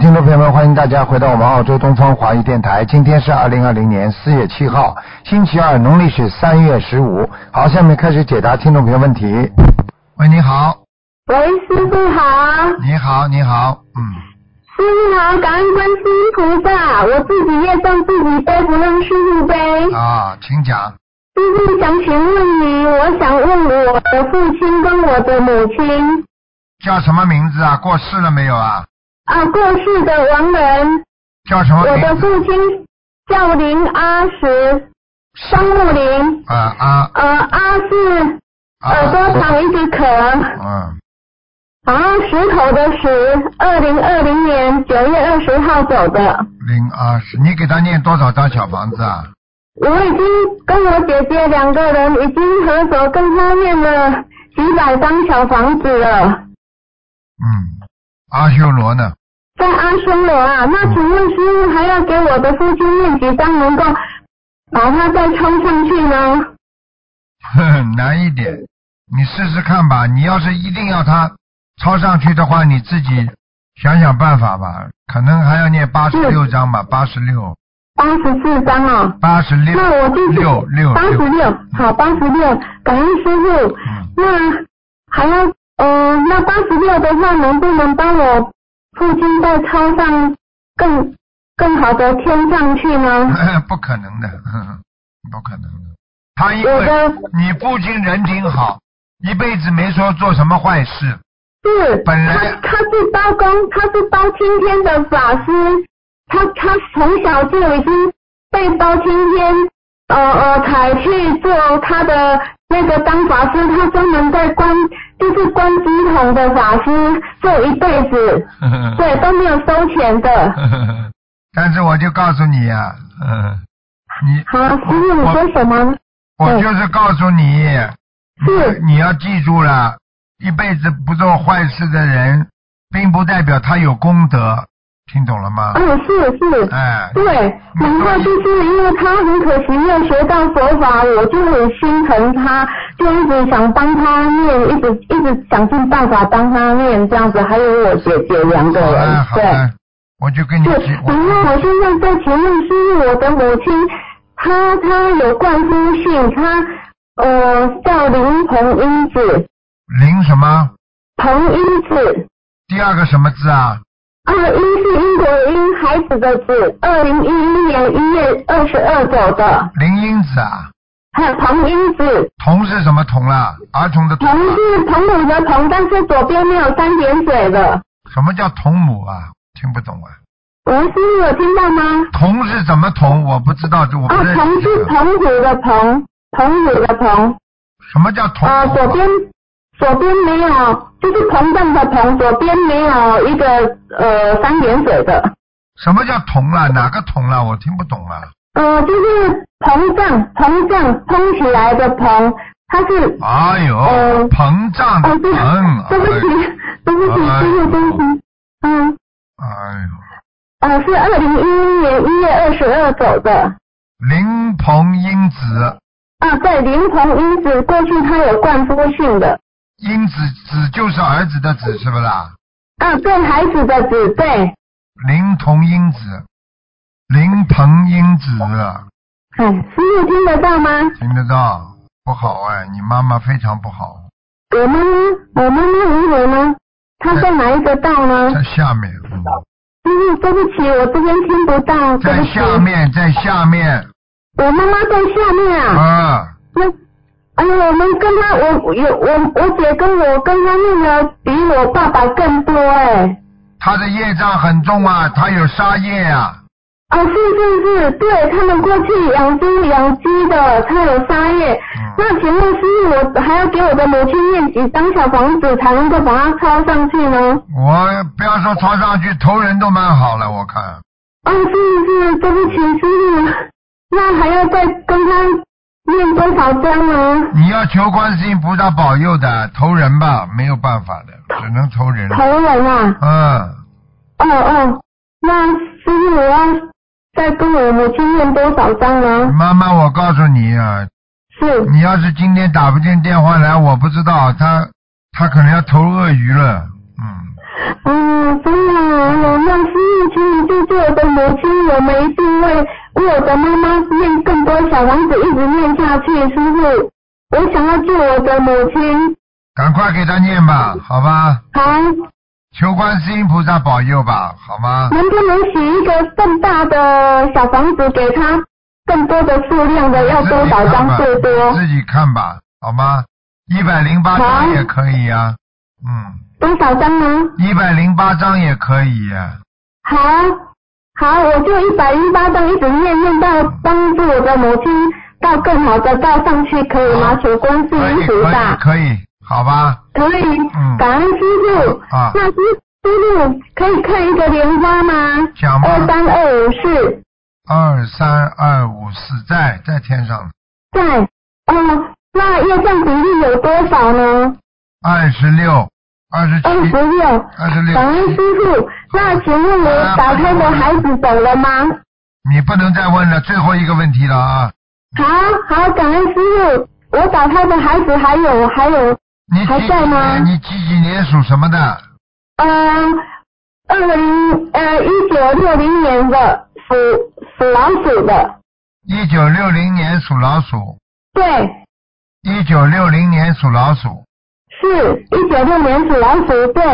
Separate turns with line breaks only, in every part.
听众朋友们，欢迎大家回到我们澳洲东方华语电台。今天是二零二零年四月七号，星期二，农历是三月十五。好，下面开始解答听众朋友问题。喂，你好，
喂，师傅好，
你好，你好，嗯，
师傅好，感恩观世音菩萨，我自己业障自己背，不用师傅背。
啊，请讲。
师傅想请问你，我想问我的父亲跟我的母亲，
叫什么名字啊？过世了没有啊？
啊，过世的亡人，
叫什么
我的
名字？
父亲叫林阿石，双木林，
啊啊
呃，阿是
啊！
耳朵长一只壳。
嗯，
啊，石头的石，二零二零年九月二十号走的。
零二十，你给他念多少张小房子啊？
我已经跟我姐姐两个人已经合手跟他念了几百张小房子了，
嗯，阿修罗呢？
在阿修罗啊。那请问师傅还要给我的父亲念几张，能够把他再冲上去呢？
哼， 难一点，你试试看吧。你要是一定要他抄上去的话，你自己想想办法吧。可能还要念八十六章吧，八十六，
八十四张哦。
八十六，
那我就是
六六
八十
六，
六，好，八十六，感恩师傅。
嗯，
那还要呃，那八十六的话，能不能帮我父亲再抄上更更好的天上去呢？
不可能的， 呵呵不可能的。他因
我
为
的
你父亲人挺好，一辈子没说做什么坏事，
是，
本来
他他是包公，他是包青天的法师，他他从小就已经被包青天呃呃采去做他的那个当法师，他专门在关就是关机筒的法师做一辈子，
呵呵
对，都没有收钱的。
呵呵呵 但是我就告诉你呀、嗯，你
好，师傅你说什么？
我
嗯
就是告诉你，
是
你要记住了，一辈子不做坏事的人，并不代表他有功德，听懂了吗？
嗯，是是，
哎，
对，难怪就是因为他很可惜没有学到佛法，我就很心疼他，就一直想帮他念，一直一直想尽办法帮他念这样子，还有我姐姐两个
好
人
了，好
对，
了，我就跟你
是，
讲，
然后我现在在前面是我的母亲，她她有冠夫姓，她呃叫林彭英子，
林什么？
彭英子。
第二个什么字啊？
二一是英国英孩子的子，二零一一年一月二十二走的，
林英子啊？
还有彭英子，
童是什么童啦？儿童的童
彭
啊？
是彭母的彭，但是左边没有三点水的。
什么叫童母啊？听不懂啊。
喂，师傅有听到吗？
童是怎么童？我不知道，这我
啊
不，认
彭
识这个。
是彭虎的彭，彭虎的彭，
什么叫童母啊？
呃，左边左边没有，就是彭正的彭，左边没有一个呃三点水的，
什么叫童啦？哪个童啦？我听不懂啊。
呃，就是彭正，彭正通起来的彭，它是
哎呦，
嗯
膨胀的
哦，对，
膨，哎
对不
呦，
起，对不起，
哎
师傅，对不起，嗯，
哎呦，
呃，是二零一一年一月二十二走的，
林鹏英子，
啊，对，林鹏英子过去他有冠夫姓的，
英子子就是儿子的子，是不啦？
啊，对孩子的子，对，
林童英子，林鹏英子，
哎，师傅听得到吗？
听得到？不好哎，你妈妈非常不好，
我妈妈，我妈妈如何呢？她在哪一个道呢？
在下面，嗯
师傅，对不起，我这边听不到，对
在
不起，
下面，在下面
我妈妈在下面啊。
啊，
那，哎，我们跟他，我有我我姐跟我跟他念的比我爸爸更多哎。
她的业障很重啊，她有杀业啊，
啊，是是是，对他们过去养猪养鸡的，他有杀业。
嗯
那请问师傅，我还要给我的母亲念几张小房子才能够把它抄上去呢？
我不要说抄上去，投人都蛮好了，我看。
哦，是是，对不起师傅， 那还要再跟他念多少张呢？
你要求观世音菩萨保佑的，投人吧，没有办法的，只能投人。
头人啊。
嗯，
哦哦，那师傅我要再跟我母亲念多少张呢？
妈妈，我告诉你啊，
是
你要是今天打不进电话来，我不知道他，他可能要投鳄鱼了。嗯，
嗯，真的，我让师傅请你救救我的母亲，我们一定为为我的妈妈念更多小王子，一直念下去，师傅。我想要救我的母亲，
赶快给他念吧，好吧？
好，
求观世音菩萨保佑吧，好吗？
能不能许一个更大的小房子给他，更多的数量的，要多少张最多？
自己看吧，好吗？一百零八张也可以啊，嗯，
多少张呢？
一百零八张也可以、啊。
好，好，我就一百零八张一直念念到帮助我的母亲到更好的道上去，可以吗？求观世
可
音
以
菩
可以
萨，
可以，好吧？
可以
嗯，
感恩师傅。
啊，
那师师傅可以看一个莲花吗？
讲吧。
二三二五四
二三二五四在在天上，
在哦，那业障比例有多少呢？
二十六、二十
二十
七、
六。
二十
感恩师
六。
傅，那请问我打胎的孩子走了吗？
你不能再问了，最后一个问题了啊！
好好，感恩师傅，我打胎的孩子还有还有，
你
还
几几
在吗
年？你几几年属什么的？
呃，二零呃一九六零年的属属老鼠的，
一九六零年属老鼠，
对，
一九六零年属老鼠。
是一九六年属老鼠，对，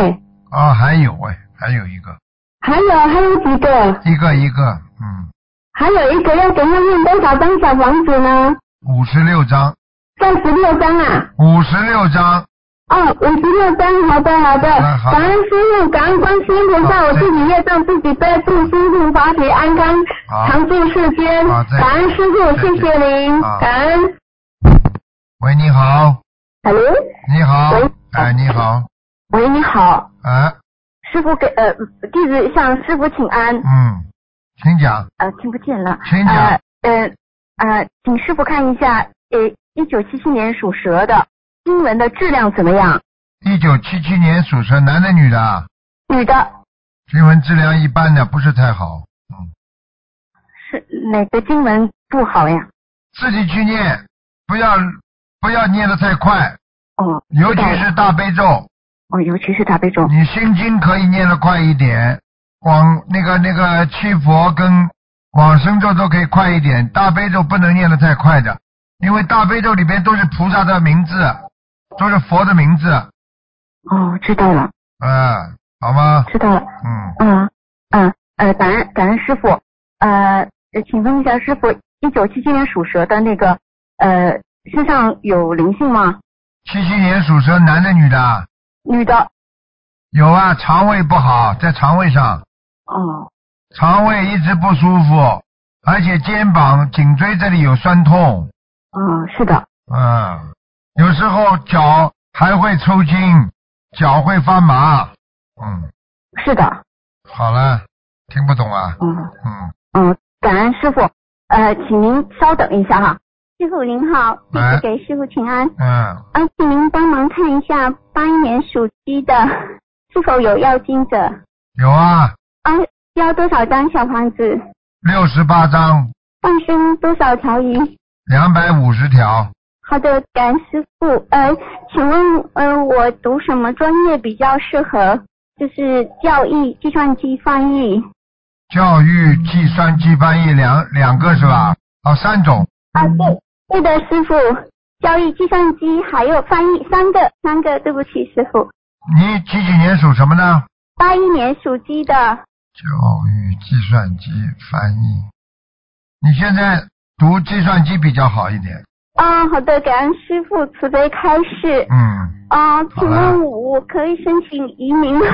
哦，还有哎，还有一个，
还有还有几个，
一个一个，嗯，
还有一个要给他念多少张小房子呢？
五十六张，
三十六张啊。
五十六张，
哦，五十六张，好的好的，
好的好的
感恩师傅，感恩观世音菩萨，
好
我
再
自己业障自己背，祝师傅法体安康，
好
常住世间，
好再见
感恩师傅，谢谢您
好，
感恩。
喂，你好，
Hello，
你好
喂，
哎，你好，
喂，你好，
哎，
师傅给呃弟子向师傅请安，
嗯，请讲，
呃听不见了，
请讲，
呃呃，请师傅看一下，呃一九七七年属蛇的经文的质量怎么样？
一九七七年属蛇，男的女的啊？
女的
新闻质量一般的，不是太好，嗯，
是哪个经文不好呀？
自己去念，不要不要念的太快，
哦
尤其是大悲咒，
哦，尤其是大悲咒。
你心经可以念得快一点，往那个那个七佛跟往生咒都可以快一点，大悲咒不能念得太快的，因为大悲咒里边都是菩萨的名字，都是佛的名字，
哦，知道了，
嗯，好吗？
知道了。
嗯，
嗯嗯呃，感恩感恩师傅。呃，呃请问一下师傅，一九七七年属蛇的那个呃身上有灵性吗？
七七年属蛇，男的女的啊？
女的。
有啊，肠胃不好，在肠胃上，
哦
肠胃一直不舒服，而且肩膀、颈椎这里有酸痛，
嗯，是的。
嗯，有时候脚还会抽筋，脚会发麻，嗯，
是的。
好了，听不懂啊，
嗯
嗯，
嗯，感恩师傅。呃，请您稍等一下哈。
师傅您好，弟
哎
子给师傅请安。
嗯，
啊，请您帮忙看一下八一年属鸡的是否有要经者？
有啊，
啊，要多少张小房子？
六十八章，
放生多少条鱼？
两百五十条，
好的，感恩师傅。呃，请问呃，我读什么专业比较适合？就是教义、计算机翻译。
教育、计算机翻译两两个是吧？哦，三种，
啊，对，对的，师傅，教育、计算机还有翻译三个，三个，对不起，师傅。
你几几年属什么呢？
八一年属鸡的。
教育、计算机翻译，你现在读计算机比较好一点，
啊，好的，感恩师傅慈悲开示。
嗯，
啊，请
好了
问我可以申请移民吗？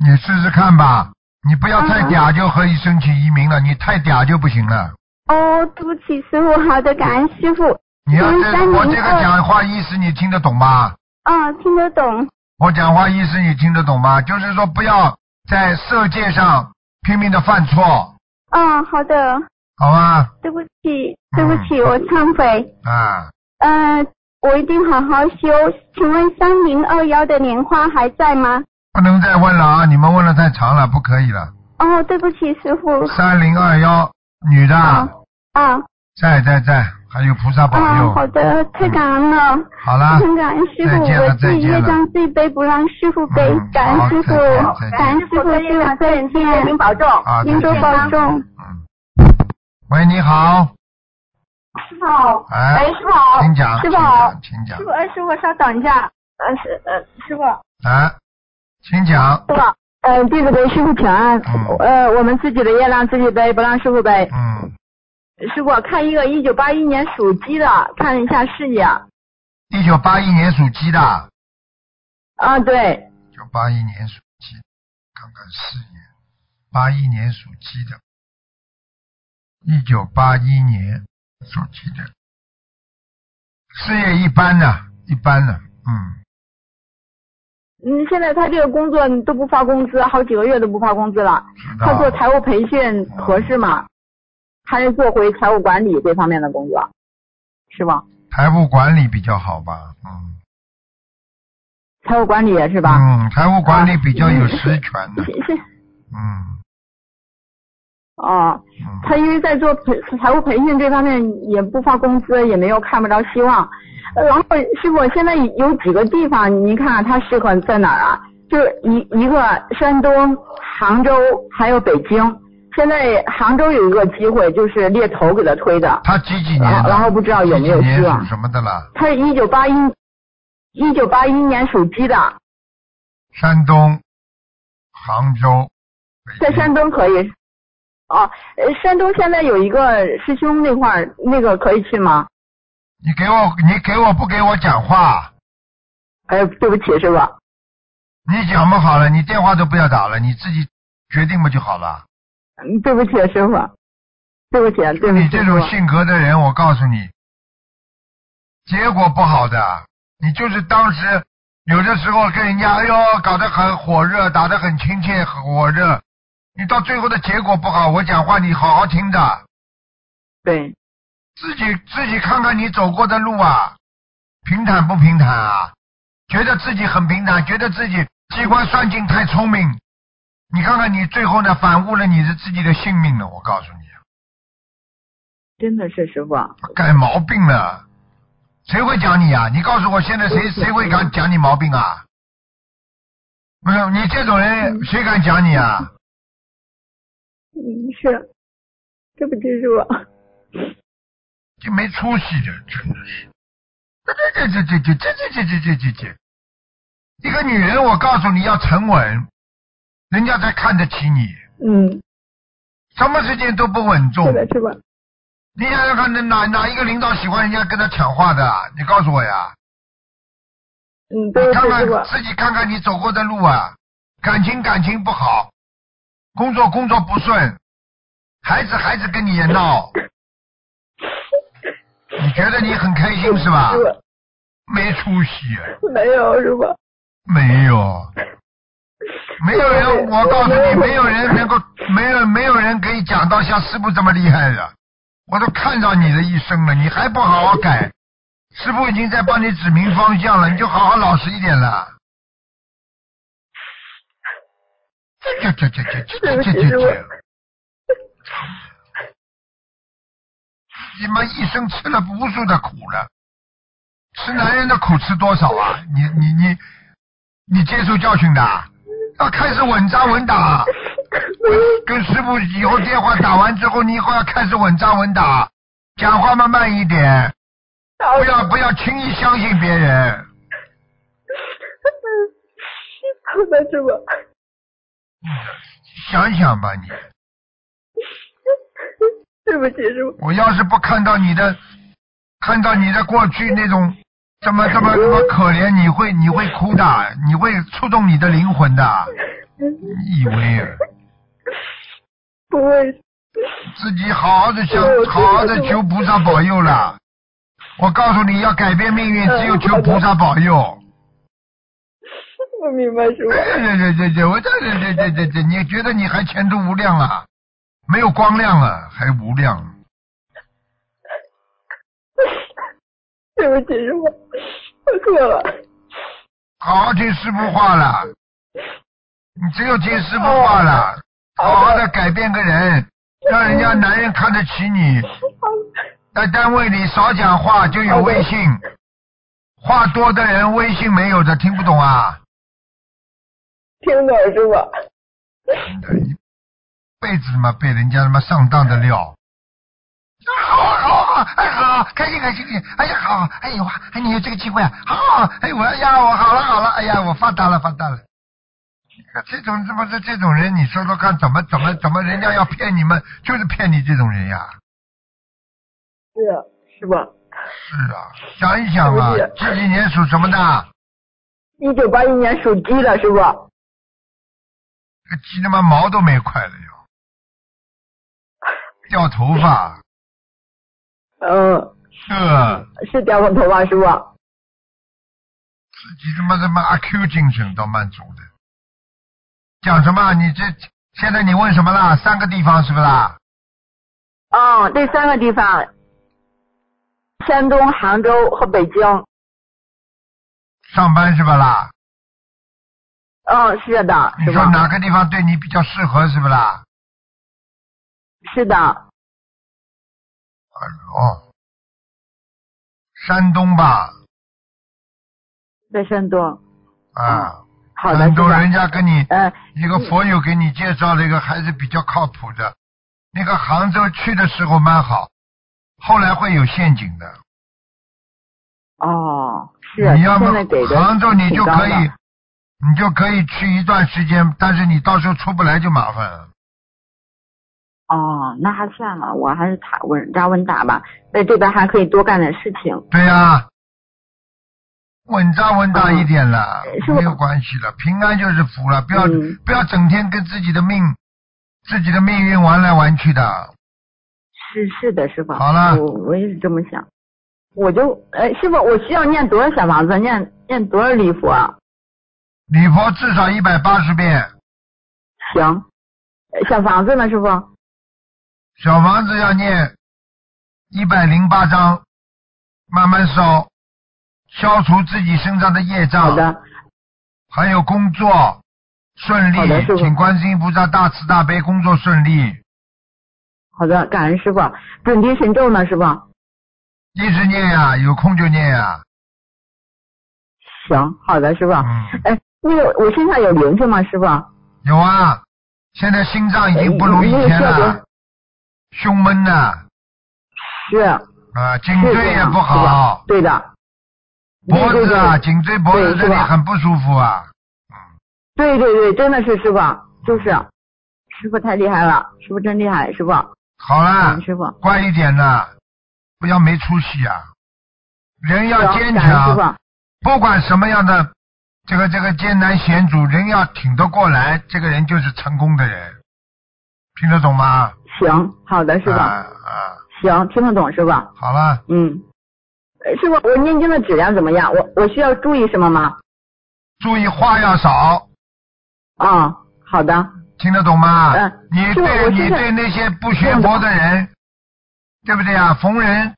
你试试看吧，你不要
嗯
太嗲就可以申请移民了，你太嗲就不行了。
哦，对不起，师傅，好的，感恩师傅。
你要这
嗯
我这个
三零二
讲话意思你听得懂吗？
啊，听得懂。
我讲话意思你听得懂吗？就是说不要在色界上拼命的犯错，
啊，好的，
好吗？
对不起，对不起，我忏悔。
啊，
呃，我一定好好修。请问三零二幺的莲花还在吗？
不能再问了啊！你们问的太长了，不可以了。
哦，对不起，师傅。
三零二幺，女的啊
啊，
在在在，还有菩萨保
嗯，
佑。
好的，太感恩了，
好啦，
很感恩师
再
傅，
见了
我自己
再见
业
了
障自己背，不让师傅背
嗯，
感
好
恩师傅
再见再见，
感恩师傅，师傅再
您
见，
保重。
啊，再
您多
见。
保重。
嗯。喂，你好，
师傅，
哎，
师傅好
请讲，
师
请
傅
讲，请讲
师傅，，哎，师傅，稍等一下。呃，师呃，师傅，
哎，请讲，
师傅，呃，弟子给师傅请安。
嗯
呃，我们自己的业让自己背，不让师傅背。
嗯，
师傅，看一个一九八一年属鸡的，看一下事业。
一九八一年属鸡的，
啊，对，
九八一年属鸡，看看事业，八一年属鸡的，一九八一年属鸡的，事业一般呢，一般呢，嗯，
嗯，现在他这个工作都不发工资，好几个月都不发工资了。
知
他
道
做。财务培训合适吗？还是做回财务管理这方面的工作，是吧？
财务管理比较好吧，嗯，
财务管理是吧？啊
嗯，财务管理比较有实权的，
是是
嗯
哦，
嗯
他因为在做培财务培训这方面也不发工资，也没有看不着希望。呃然后师傅，现在有几个地方您看看他适合在哪儿啊？就是一一个山东、杭州，还有北京。现在杭州有一个机会，就是猎头给他推的，
他几几年
然后
的？
然后不知道有没有啊
几几
希
年
望
属。什么的啦？
他是一九八一一九八一年属鸡的，
山东、杭州、北
在
京
山东可以。哦，呃，山东现在有一个师兄那块儿，那个可以去吗？
你给我，你给我不给我讲话？
哎，对不起，师傅。
你讲不好了，你电话都不要打了，你自己决定不就好了？
嗯，对不起，师傅。对不起，啊对不
你
起，
这
师
种
傅。
性格的人，我告诉你，结果不好的。你就是当时有的时候跟人家哎呦搞得很火热，打得很亲切，很火热。你到最后的结果不好，我讲话你好好听的，
对，
自己自己看看你走过的路啊，平坦不平坦啊？觉得自己很平坦，觉得自己机关算尽太聪明，你看看你最后呢反误了你的自己的性命了，我告诉你。
真的是师傅。
改毛病了，谁会讲你啊？你告诉我，现在谁谁会敢讲你毛病啊？没有，你这种人谁敢讲你啊？
嗯，是。对不起，师傅。
就没出息的，真的是。这这这这这这这这这这这这，一个女人，我告诉你要沉稳，人家才看得起你。
嗯，
什么事情都不稳重
是，的，师傅。
你想想看，哪哪一个领导喜欢人家跟他抢话的啊？你告诉我呀。
嗯，对
你
不起，
看看
师傅。
自己看看你走过的路啊，感情感情不好，工作工作不顺，孩子孩子跟你也闹，你觉得你很开心是吧？
师
没出息，啊
傅，没有，师傅。
没有，没有人，我告诉你，没有人能够，没有没有人可以讲到像师傅这么厉害的，我都看到你的一生了，你还不好好改，师傅已经在帮你指明方向了，你就好好老实一点了。 这这这这这这这这这这，你妈一生吃了无数的苦了，吃男人的苦吃多少啊？你你你你接受教训的啊，要开始稳扎稳打啊。跟师傅以后电话打完之后，你以后要开始稳扎稳打，讲话慢慢一点，不要不要轻易相信别人。
好的，师傅。
想想吧你，
对不起，师傅。
我要是不看到你的，看到你的过去那种这么这么这么可怜，你会你会哭的，你会触动你的灵魂的。你以为啊
不会，
自己好好的想
我，知道
好好的求菩萨保佑了。我告诉你要改变命运，
嗯
只有求菩萨保佑。
我明白，师傅。
这这这这，我这这这这这这，你觉得你还前途无量啊？没有光亮了，还无量。
对不起，师傅，我错了。
好好听师傅话了，你只有听师傅话了，好好的改变个人，让人家男人看得起你，在单位里少讲话就有威信，话多的人威信没有的听不懂啊，
听懂师傅？
一辈子他妈被人家他妈上当的料。好好好，哎好，开心开心开心，哎呀好，哎呦哇，哎你有这个机会啊，好，哎我哎呀我好了好了，哎呀我发达了发达了。这种这么这这种人，你说说看，怎么怎么怎么人家要骗你们，就是骗你这种人呀、
啊是师傅，
是啊，想一想啊
对不，
几几年属什么的？
一九八一年属鸡的师傅，
这个鸡他妈毛都没快了哟，掉头发，
嗯，
这
是掉过头发师傅，
自己他妈他妈阿 Q 精神倒蛮足的。讲什么？啊你这现在你问什么啦？三个地方是不是啦？
嗯，这三个地方，山东、杭州和北京，
上班是不是啦？
嗯，是的，
你
师
说
傅，
哪个地方对你比较适合是不是啦？
是的，
哎呦，山东吧，
在山东，嗯
啊，
好的，
山
师傅
东，人家跟你
呃
嗯，
一个佛友给你介绍了一个还是比较靠谱的，那个杭州去的时候蛮好，后来会有陷阱的。
哦，是，
你要么
现在给的
杭州你就可以
挺高的，
你就可以去一段时间，但是你到时候出不来就麻烦了。
哦，那还算了，我还是打稳扎稳打吧，在这边还可以多干点事情。
对呀、稳扎稳打一点了，
呃是我
没有关系了，平安就是福了。不要、
嗯
不要整天跟自己的命、自己的命运玩来玩去的。
是是的，师傅。
好了
我我也是这么想。我就呃，师傅，我需要念多少小房子？念念多少礼佛啊？
礼佛至少一百八十遍，
行。呃小房子呢，师傅？
小房子要念一百零八章，慢慢烧，消除自己身上的业障。
好的，
还有工作顺
好的
利
师，傅
请观世音菩萨大慈大悲，工作顺利。
好的，感恩师傅。准提神咒呢，师傅？
一直念呀、有空就念呀、
行，好的，师傅。
嗯，
哎，那个我身上有灵性吗，师傅？
有啊，现在心脏已经不如以前
哎那个需要多
了，胸闷呐、啊，
是，
颈
是
椎
这
也
样
不好，
对吧对的。
脖子啊，
对
颈椎脖子
对
这
是
里
吧
很不舒服啊。
对对对，真的是师傅，就是师傅太厉害了，师傅真厉害，师傅，
好啦
嗯，师傅，
乖一点呐、不要没出息啊，人要
行
坚
感恩
强，
师傅，
不管什么样的这个这个艰难险阻，人要挺得过来，这个人就是成功的人，听得懂吗？
行，好的，师傅，
啊啊，
行，听得懂，师傅，
好了，
嗯，呃师傅，我念经的质量怎么样？我我需要注意什么吗？
注意话要少，
啊、好的，
听得懂吗？
嗯
你
是我
对
是
你
在
对那些不学佛的人，对不对啊？逢人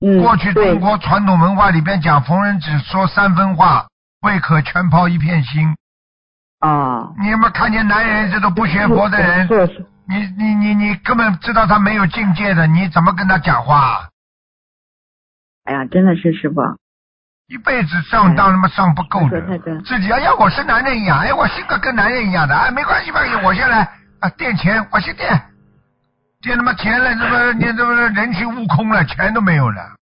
嗯，
过去
对
中，国传统文化里边讲，逢人只说三分话，未可全抛一片心。
哦，
你有没有看见男人这种不学佛的人？
是是，
你你你你根本知道他没有境界的，你怎么跟他讲话？
哎呀，真的是师傅，
一辈子上
嗯
当他妈上不够的
太对太对，
自己哎呀我是男人一样，哎我性格跟男人一样的，哎没关系没关系，我先来啊垫钱，我先垫，垫他妈钱了，这不你这不人去悟空了，钱都没有了。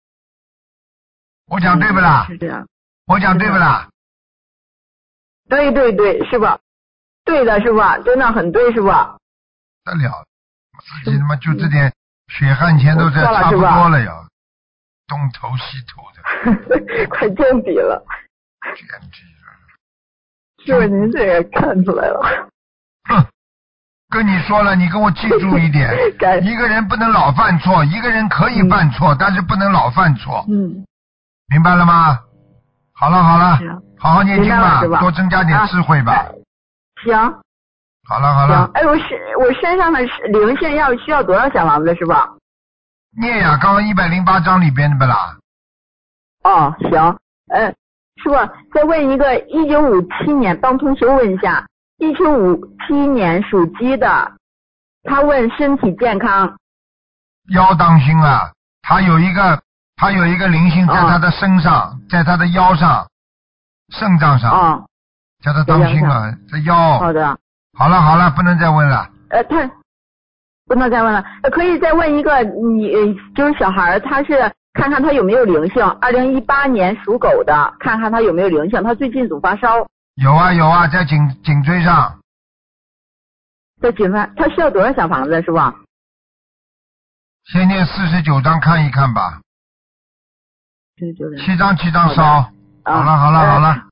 我讲对不啦
嗯？是这样，
我讲对不啦？
对对对，师傅，对的，师傅，真的很对，师傅，
得了，自己他妈就这点血汗钱都这
嗯我知道了
差不
是吧
多了要，东投西投的，
快见底了，
简直了。
师傅您这也看出来了，，
哼，跟你说了，你跟我记住一点
感
一个人不能老犯错，一个人可以犯错，但是不能老犯错，
嗯，
明白了吗？好了好了，
行
好好念经
明白了
吧
是，吧
多增加点
啊
智慧吧。
行。
好了好
行
了，，
哎，我身我身上的灵性要需要多少小房子是吧？
念呀，刚刚一百零八章里边的不啦？
哦，行，
呃
嗯，师傅，再问一个，一九五七年，帮同学问一下，一九五七年属鸡的，他问身体健康，
腰当心啊，他有一个他有一个灵性在
啊
他的身上，在他的腰上、肾脏上，
哦，
叫他当心啊，这腰。
好的。
好了好了，不能再问了。
呃，他不能再问了，呃可以再问一个，你呃就是小孩儿，他是看看他有没有灵性。二零一八年属狗的，看看他有没有灵性。他最近总发烧，
有啊有啊，在颈颈椎上，
在请问他需要多少小房子是吧？
先念四十九章看一看吧，
对对对。
七章七章烧。好
嗯啊
了好了好。
呃
了，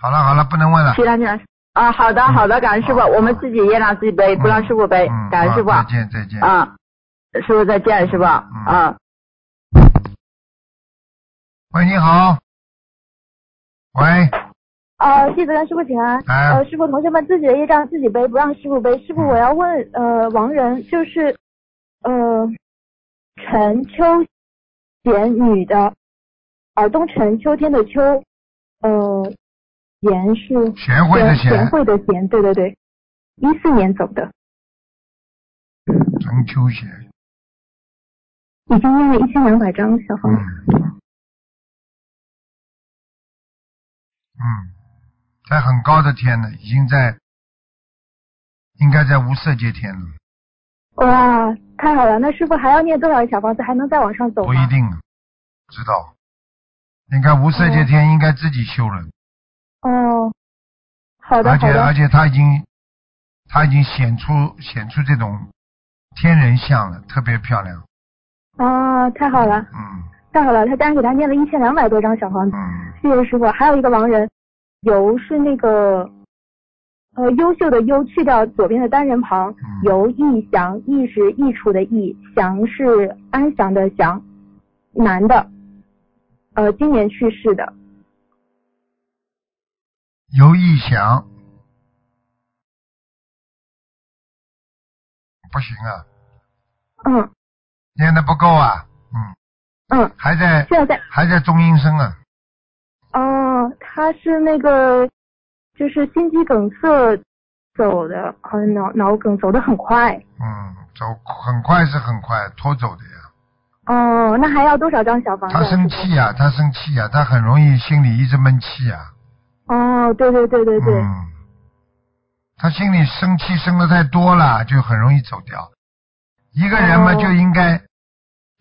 好了好了，不能问了。
其他地方啊，好的好的，感恩师傅，
嗯
我们自己也让自己背，不让师傅背
嗯，，
感恩
好
师傅
再见再见。嗯
啊，师傅再见，师傅啊，
喂，你好。喂，
呃，弟子跟师傅请安。
哎嗯
呃，师傅，同学们自己的业障自己背，不让师傅背。师傅，我要问，呃，王人就是，呃，陈秋贤女的，耳东陈秋天的秋，呃，贤是
贤惠的
贤
贤，
惠的贤，对对对，一四年走的，
陈秋贤。
已经念了一千两百张小房
嗯
子。
嗯，在很高的天了，已经在，应该在无色界天了，
哇，太哦好了！那师傅还要念多少小房子，还能再往上走吗？
不一定，啊知道？应该无色界天应该自己修了，
哦，好的
而
好
且而
的，
且他已经，他已经显出显出这种天人相了，特别漂亮。
啊，太好了。
嗯
太好了，他单给他念了一千两百多张小房子，
嗯，
谢谢师傅。还有一个亡人，尤是那个呃优秀的优去掉左边的单人旁，尤逸祥，逸是益处的逸，祥是安详的祥，男的，呃今年去世的，
尤逸翔，不行啊，
嗯
念的不够啊，嗯，
嗯，
还在
现在在
还在中阴身啊，
哦，他是那个就是心肌梗塞走的，好像脑脑梗走的很快，
嗯，走很快是很快，拖走的呀。
哦，那还要多少张小房子啊？
他生
师傅
气呀、他生气呀、他很容易心里一直闷气啊呀、
哦，对对对对对，
嗯，他心里生气生的太多了，就很容易走掉。一个人嘛，
哦
就应该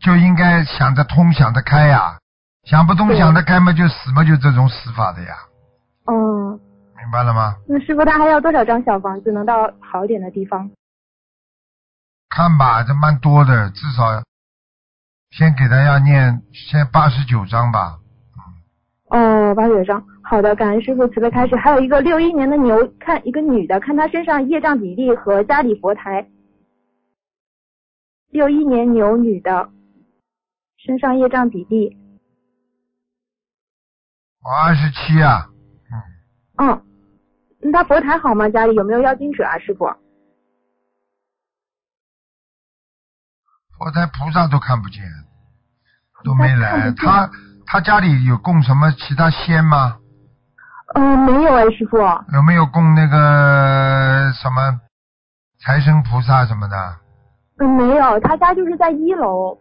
就应该想得通、想得开呀、想不通、
对
想得开嘛，就死嘛，就这种死法的呀，
嗯，
明白了吗？
那师傅他还要多少张小房子能到好一点的地方？
看吧，这蛮多的，至少先给他要念先八十九章吧。
哦，八九张。好的，感恩师傅慈悲开始。还有一个六一年的牛，看一个女的，看她身上业障比例和家里佛台。六一年牛女的，身上业障比例，
我二十七啊，
嗯，那她佛台好吗？家里有没有妖精者啊，师傅？
佛台菩萨都看不见，都没来。
菩萨看不见
他他家里有供什么其他仙吗？
嗯、没有哎，师傅。
有没有供那个什么财神菩萨什么的？
嗯，没有，他家就是在一楼。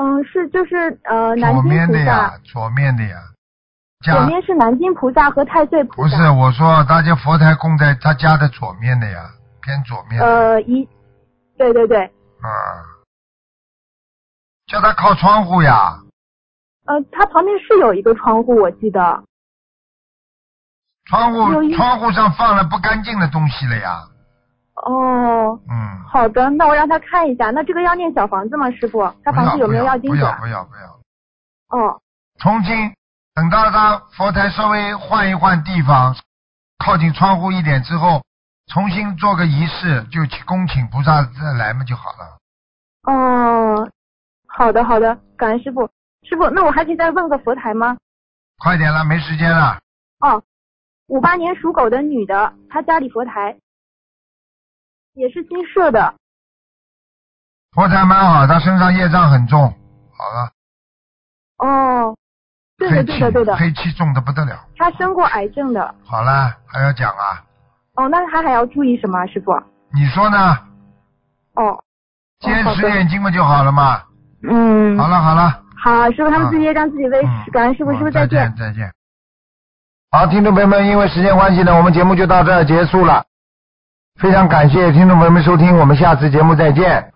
嗯，是就是呃，南
左
京
面
菩
的呀
萨，，
左面的呀。
左
家
面是南京菩萨和太岁菩
不
萨。
是我说，大家佛台供在他家的左面的呀，偏左面的。
呃，一，对对对，
啊，叫他靠窗户呀，
呃，他旁边是有一个窗户，我记得。
窗
有
户
一
窗户上放了不干净的东西了呀。
哦，
嗯，
好的，那我让他看一下。那这个要念小房子吗，师傅？他
不
房
要
子啊有没有
不要
要金
不
者
要？不要不要，
哦，
重新等到他佛台稍微换一换地方，靠近窗户一点之后，重新做个仪式，就去恭请菩萨再来嘛就好了。
哦，好的好的，感恩师傅。师傅，那我还可以再问个佛台吗？
快点了，没时间了。
哦，五八年属狗的女的，她家里佛台也是新设的。
佛台蛮好，他身上业障很重。好了，
哦，对
黑
的
气
对的对的，
黑气重的不得了。
她生过癌症的。
好了，还要讲啊？
哦，那她还要注意什么啊，师傅？
你说呢？
哦，
坚持念经不就好了嘛？
嗯，
好了好了，
好，师傅他们自己让自己为
啊嗯，
感恩师傅，师傅
好
再
再
见。
再见。好，听众朋友们，因为时间关系呢，我们节目就到这儿结束了。非常感谢听众朋友们收听，我们下次节目再见。